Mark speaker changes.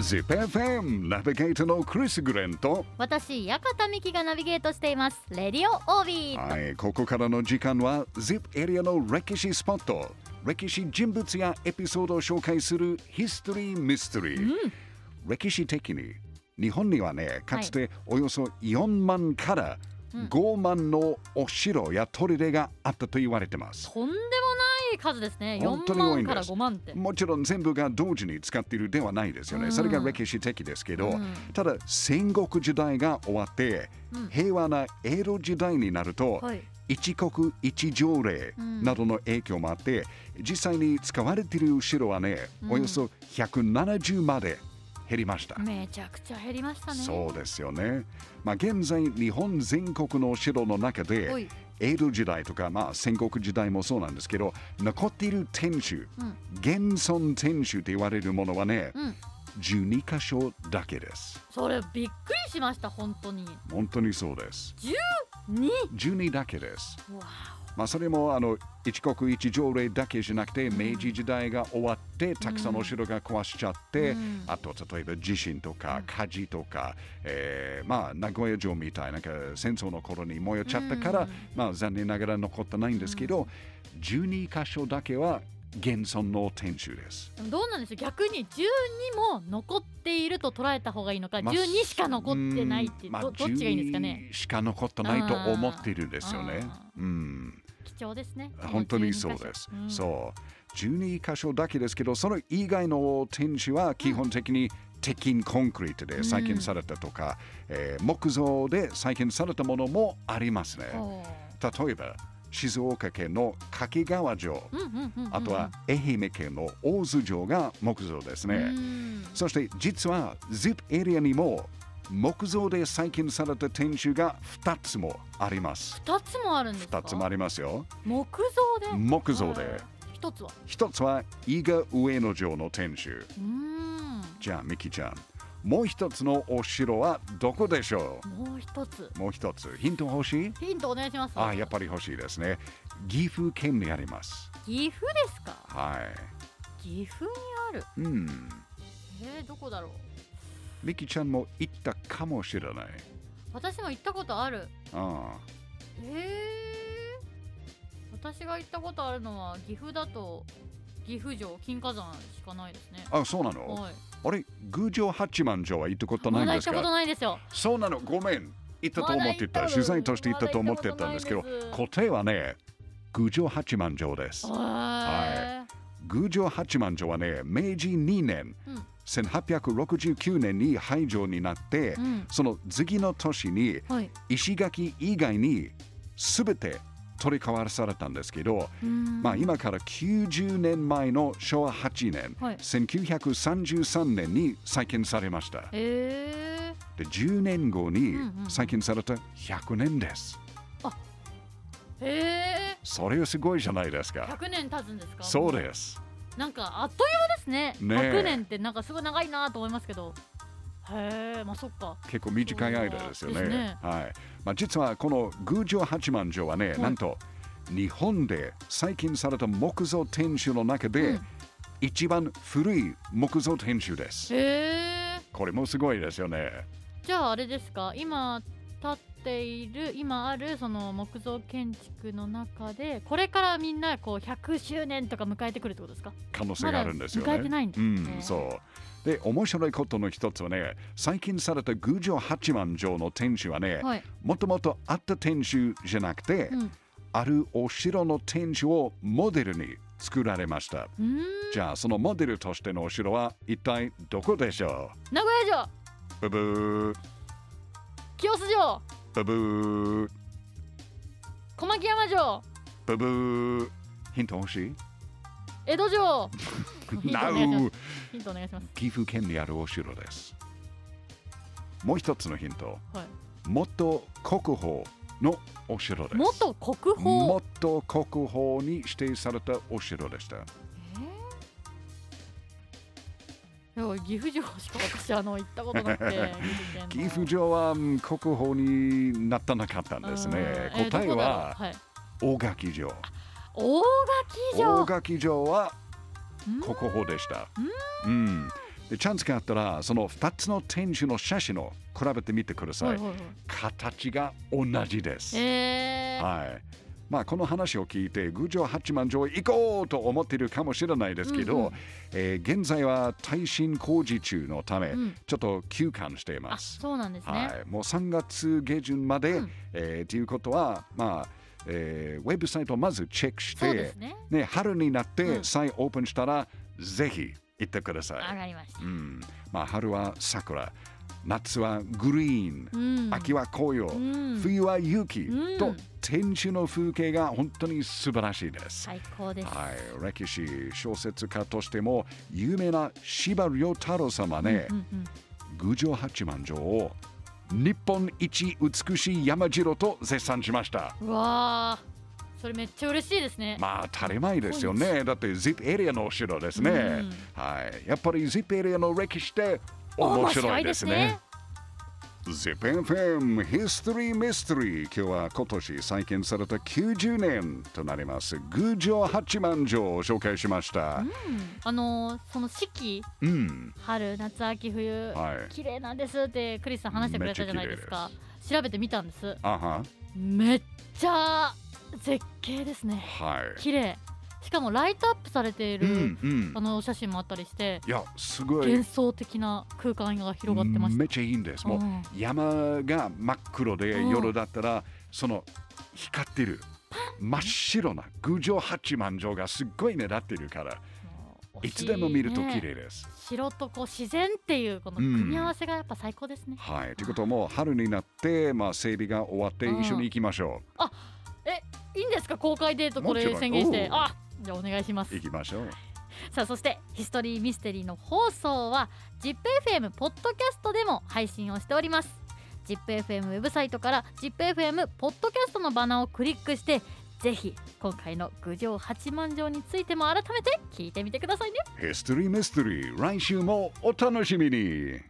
Speaker 1: ZIPFM ナビゲーターのクリス・グレンと、
Speaker 2: 私館美希がナビゲートしていますレディオオービー
Speaker 1: はい、ここからの時間は ZIP エリアの歴史スポット歴史人物やエピソードを紹介するヒストリー・ミステリー、歴史的に日本にはねかつておよそ4万から5万のお城や砦があったと言われてます、
Speaker 2: とんでもない数ですね
Speaker 1: 本当
Speaker 2: 4
Speaker 1: に多いん
Speaker 2: 万
Speaker 1: です
Speaker 2: から5万って
Speaker 1: もちろん全部が同時に使っているではないですよね、
Speaker 2: うん
Speaker 1: それが歴史的ですけど、
Speaker 2: うん
Speaker 1: ただ戦国時代が終わって、
Speaker 2: うん
Speaker 1: 平和な江戸時代になると、
Speaker 2: はい
Speaker 1: 一国一条例
Speaker 2: うん
Speaker 1: などの影響もあって、実際に使われている城はね、
Speaker 2: うん
Speaker 1: およそ170まで減りました。
Speaker 2: めちゃくちゃ減りましたね
Speaker 1: そうですよね、まあ、現在日本全国の城の中
Speaker 2: お
Speaker 1: で
Speaker 2: い
Speaker 1: 江戸時代とか、まあ、戦国時代もそうなんですけど残っている天守、
Speaker 2: うん
Speaker 1: 現存天守と言われるものはね、
Speaker 2: うん
Speaker 1: 12箇所だけです
Speaker 2: それびっくりしました本当に
Speaker 1: 本当にそうです
Speaker 2: に
Speaker 1: 12だけです
Speaker 2: うわ
Speaker 1: まあ、それもあの一国一条例だけじゃなくて、明治時代が終わってたくさんのお城が壊しちゃって、
Speaker 2: うん
Speaker 1: あと例えば地震とか火事とか、えーまあ、名古屋城みたいなんか戦争の頃に燃えちゃったから、
Speaker 2: うん
Speaker 1: まあ、残念ながら残ってないんですけど、12箇所だけは現存の天守です。
Speaker 2: でもどうなんでしょう逆に12も残っていると捉えた方がいいのか
Speaker 1: まあ
Speaker 2: 12しか残ってないって
Speaker 1: うんまあ
Speaker 2: どどっちがいいんですかね
Speaker 1: 12しか残ってないと思っているんですよね。
Speaker 2: あ
Speaker 1: うん
Speaker 2: 貴重ですね
Speaker 1: 本当にそうです。そう。12箇所だけですけど、その以外の天守は基本的に鉄筋コンクリートで再建されたとか、えー木造で再建されたものもありますね。
Speaker 2: こ
Speaker 1: 例えば、静岡県の掛川城、
Speaker 2: うんうんうんうん
Speaker 1: あとは愛媛県の大洲城が木造ですね。
Speaker 2: うん
Speaker 1: そして実は ZIP エリアにも木造で再建された天守が2つもあります。
Speaker 2: 二つもあるんですか
Speaker 1: 2つもありますよ。
Speaker 2: 木造で
Speaker 1: 木造
Speaker 2: は
Speaker 1: で
Speaker 2: い。一つは
Speaker 1: 一つは伊賀上野城の天守。
Speaker 2: うーん
Speaker 1: じゃあ、ミキちゃん。もう一つのお城はどこでしょ
Speaker 2: もう一つ
Speaker 1: うもう一つ。ヒント欲しい
Speaker 2: ヒントお願いします
Speaker 1: あ、やっぱり欲しいですね。岐阜県にあります。
Speaker 2: 岐阜ですか
Speaker 1: は
Speaker 2: 岐阜にある
Speaker 1: い。うん。
Speaker 2: えー、どこだろう
Speaker 1: ミキちゃんも行ったかもしれない。
Speaker 2: 私も行ったことある
Speaker 1: あ
Speaker 2: えー、私が行ったことあるのは岐阜だと岐阜城金華山しかないですね
Speaker 1: あ。あ、そうなの
Speaker 2: はい
Speaker 1: あれ、郡上八幡城は行ったことな
Speaker 2: ま
Speaker 1: いん
Speaker 2: だ
Speaker 1: で
Speaker 2: 行っ
Speaker 1: す
Speaker 2: たこと
Speaker 1: か
Speaker 2: ないですよ
Speaker 1: そうなの、ごめん。行ったと思ってい
Speaker 2: ま
Speaker 1: た。
Speaker 2: だ行った
Speaker 1: 取材として行ったと思ってたんですけど
Speaker 2: まだ行った、こと
Speaker 1: 答えはね、郡上八幡城です。
Speaker 2: は
Speaker 1: 郡上八幡城はね明治2年、
Speaker 2: うん
Speaker 1: 1869年に廃城になって、
Speaker 2: うん
Speaker 1: その次の年に
Speaker 2: いはい
Speaker 1: 石垣以外に全て取り替わらされたんですけど、
Speaker 2: うーん
Speaker 1: まあ、今から90年前の昭和8年、
Speaker 2: はい
Speaker 1: 1933年に再建されました
Speaker 2: えー、
Speaker 1: で10年後に
Speaker 2: うんうん
Speaker 1: 再建された100年です
Speaker 2: え
Speaker 1: それはすごいじゃないです
Speaker 2: ー、
Speaker 1: か
Speaker 2: 100年経つんですか
Speaker 1: そうです
Speaker 2: なんかあっという間ですね。
Speaker 1: ねえ
Speaker 2: 100年ってなんかすごい長いなと思いますけど。へえ、まあそっか。
Speaker 1: 結構短い間ですよね。
Speaker 2: そうですね
Speaker 1: はいまあ、実はこの宮城八幡城はね、
Speaker 2: い
Speaker 1: なんと日本で最近された木造天守の中で、
Speaker 2: うん
Speaker 1: 一番古い木造天守です。
Speaker 2: へえ。
Speaker 1: これもすごいですよね。
Speaker 2: じゃああれですか、今建っている、今あるその木造建築の中で、これからみんなこう100周年とか迎えてくるってことですか
Speaker 1: 可能性があるんですよね。
Speaker 2: まだ迎えてないんですね
Speaker 1: うん、そう。で、面白いことの一つはね、最近された宮城八幡城の天守はね、
Speaker 2: はい。
Speaker 1: もともとあった天守じゃなくて、
Speaker 2: うん。う
Speaker 1: あるお城の天守をモデルに作られました。
Speaker 2: ーん。
Speaker 1: じゃあそのモデルとしてのお城は一体どこでしょ
Speaker 2: 名古屋城、
Speaker 1: うブブー
Speaker 2: 清洲城、
Speaker 1: ブブー
Speaker 2: 小牧山城、
Speaker 1: ブブーヒント欲しい
Speaker 2: 江戸城。ヒントお願いします
Speaker 1: ?NOW!
Speaker 2: ヒントお願いします。
Speaker 1: 岐阜県にあるお城です。もう一つのヒント。
Speaker 2: はい。
Speaker 1: 元国宝のお城です。
Speaker 2: 元国宝。
Speaker 1: 元国宝に指定されたお城でした。
Speaker 2: えー、いや岐阜城しか私あの行ったことな くて
Speaker 1: 岐阜城はうん国宝になったなかったんですね。
Speaker 2: う
Speaker 1: 答
Speaker 2: ん
Speaker 1: え
Speaker 2: ーどこだろう
Speaker 1: は
Speaker 2: はい、
Speaker 1: 大垣城。
Speaker 2: 大垣城
Speaker 1: 大垣城は
Speaker 2: うん
Speaker 1: 国宝でした。うん、でチャンスがあったらその2つの店主の写真を比べてみてください、
Speaker 2: はいはいはい
Speaker 1: 形が同じです、
Speaker 2: えー
Speaker 1: はいまあ、この話を聞いて郡上八幡城へ行こうと思っているかもしれないですけど、
Speaker 2: うんうん
Speaker 1: えー現在は耐震工事中のため、
Speaker 2: うん
Speaker 1: ちょっと休館してい
Speaker 2: あ
Speaker 1: ます。
Speaker 2: そうなんですね、
Speaker 1: はい、もう3月下旬まで、
Speaker 2: うん
Speaker 1: えーということは、まあえーウェブサイトをまずチェックし
Speaker 2: そうで
Speaker 1: て
Speaker 2: す、ね
Speaker 1: ね、春になって、
Speaker 2: うん
Speaker 1: 再オープンしたらぜひ行ってくださ
Speaker 2: わ
Speaker 1: い。
Speaker 2: かりました
Speaker 1: うんまあ、春は桜夏はグリーン、
Speaker 2: うん
Speaker 1: 秋は紅葉、
Speaker 2: うん
Speaker 1: 冬は雪、
Speaker 2: うん
Speaker 1: と天守の風景が本当に素晴らしいです。
Speaker 2: 最高です、
Speaker 1: はい、歴史小説家としても有名な司馬遼太郎様ね、
Speaker 2: うんうん
Speaker 1: 郡上八幡城を日本一美しい山城と絶賛しました。
Speaker 2: うわあそれめっちゃ嬉しいですね、
Speaker 1: まあ当たり前ですよね。だって ZIP エリアのお城ですね。
Speaker 2: うん
Speaker 1: はい、やっぱり ZIP エリアの歴史って面白いですね。ZIPFM History Mystery 今日は今年再建された90年となります郡上八幡城を紹介しました
Speaker 2: 面白いですね、うんあのーその四季
Speaker 1: うん、
Speaker 2: 春夏秋冬、
Speaker 1: はい
Speaker 2: 綺麗なんですってクリスさん話してくれたじゃないですか
Speaker 1: めっち
Speaker 2: 調べてみたんです
Speaker 1: あは
Speaker 2: めっちゃ絶景ですね
Speaker 1: はい
Speaker 2: 綺麗しかもライトアップされている、
Speaker 1: うんうん
Speaker 2: あのお写真もあったりして
Speaker 1: いやすごい
Speaker 2: 幻想的な空間が広がってました
Speaker 1: めっちゃいいんですもう
Speaker 2: うん
Speaker 1: 山が真っ黒で
Speaker 2: うん
Speaker 1: 夜だったらその光ってる真っ白な郡上八幡城がすっごい目立ってるから
Speaker 2: もう
Speaker 1: いつでも見ると
Speaker 2: 惜しい
Speaker 1: 綺
Speaker 2: ね
Speaker 1: 麗です
Speaker 2: 白とこう自然っていうこの組み合わせがやっぱ最高ですね、
Speaker 1: はい、ということはもう春になって、まあ、整備が終わって
Speaker 2: うん
Speaker 1: 一緒に行きましょ
Speaker 2: いいんですか公開デートこ
Speaker 1: もちろ
Speaker 2: れ
Speaker 1: ん
Speaker 2: 宣言して
Speaker 1: おう
Speaker 2: あじゃあお願いします
Speaker 1: う行きましょう
Speaker 2: さあそしてヒストリーミステリーの放送は ZIPFM ポッドキャストでも配信をしております ZIPFM ウェブサイトから ZIPFM ポッドキャストのバナーをクリックしてぜひ今回の郡上八幡城についても改めて聞いてみてくださいね
Speaker 1: ヒストリーミステリー来週もお楽しみに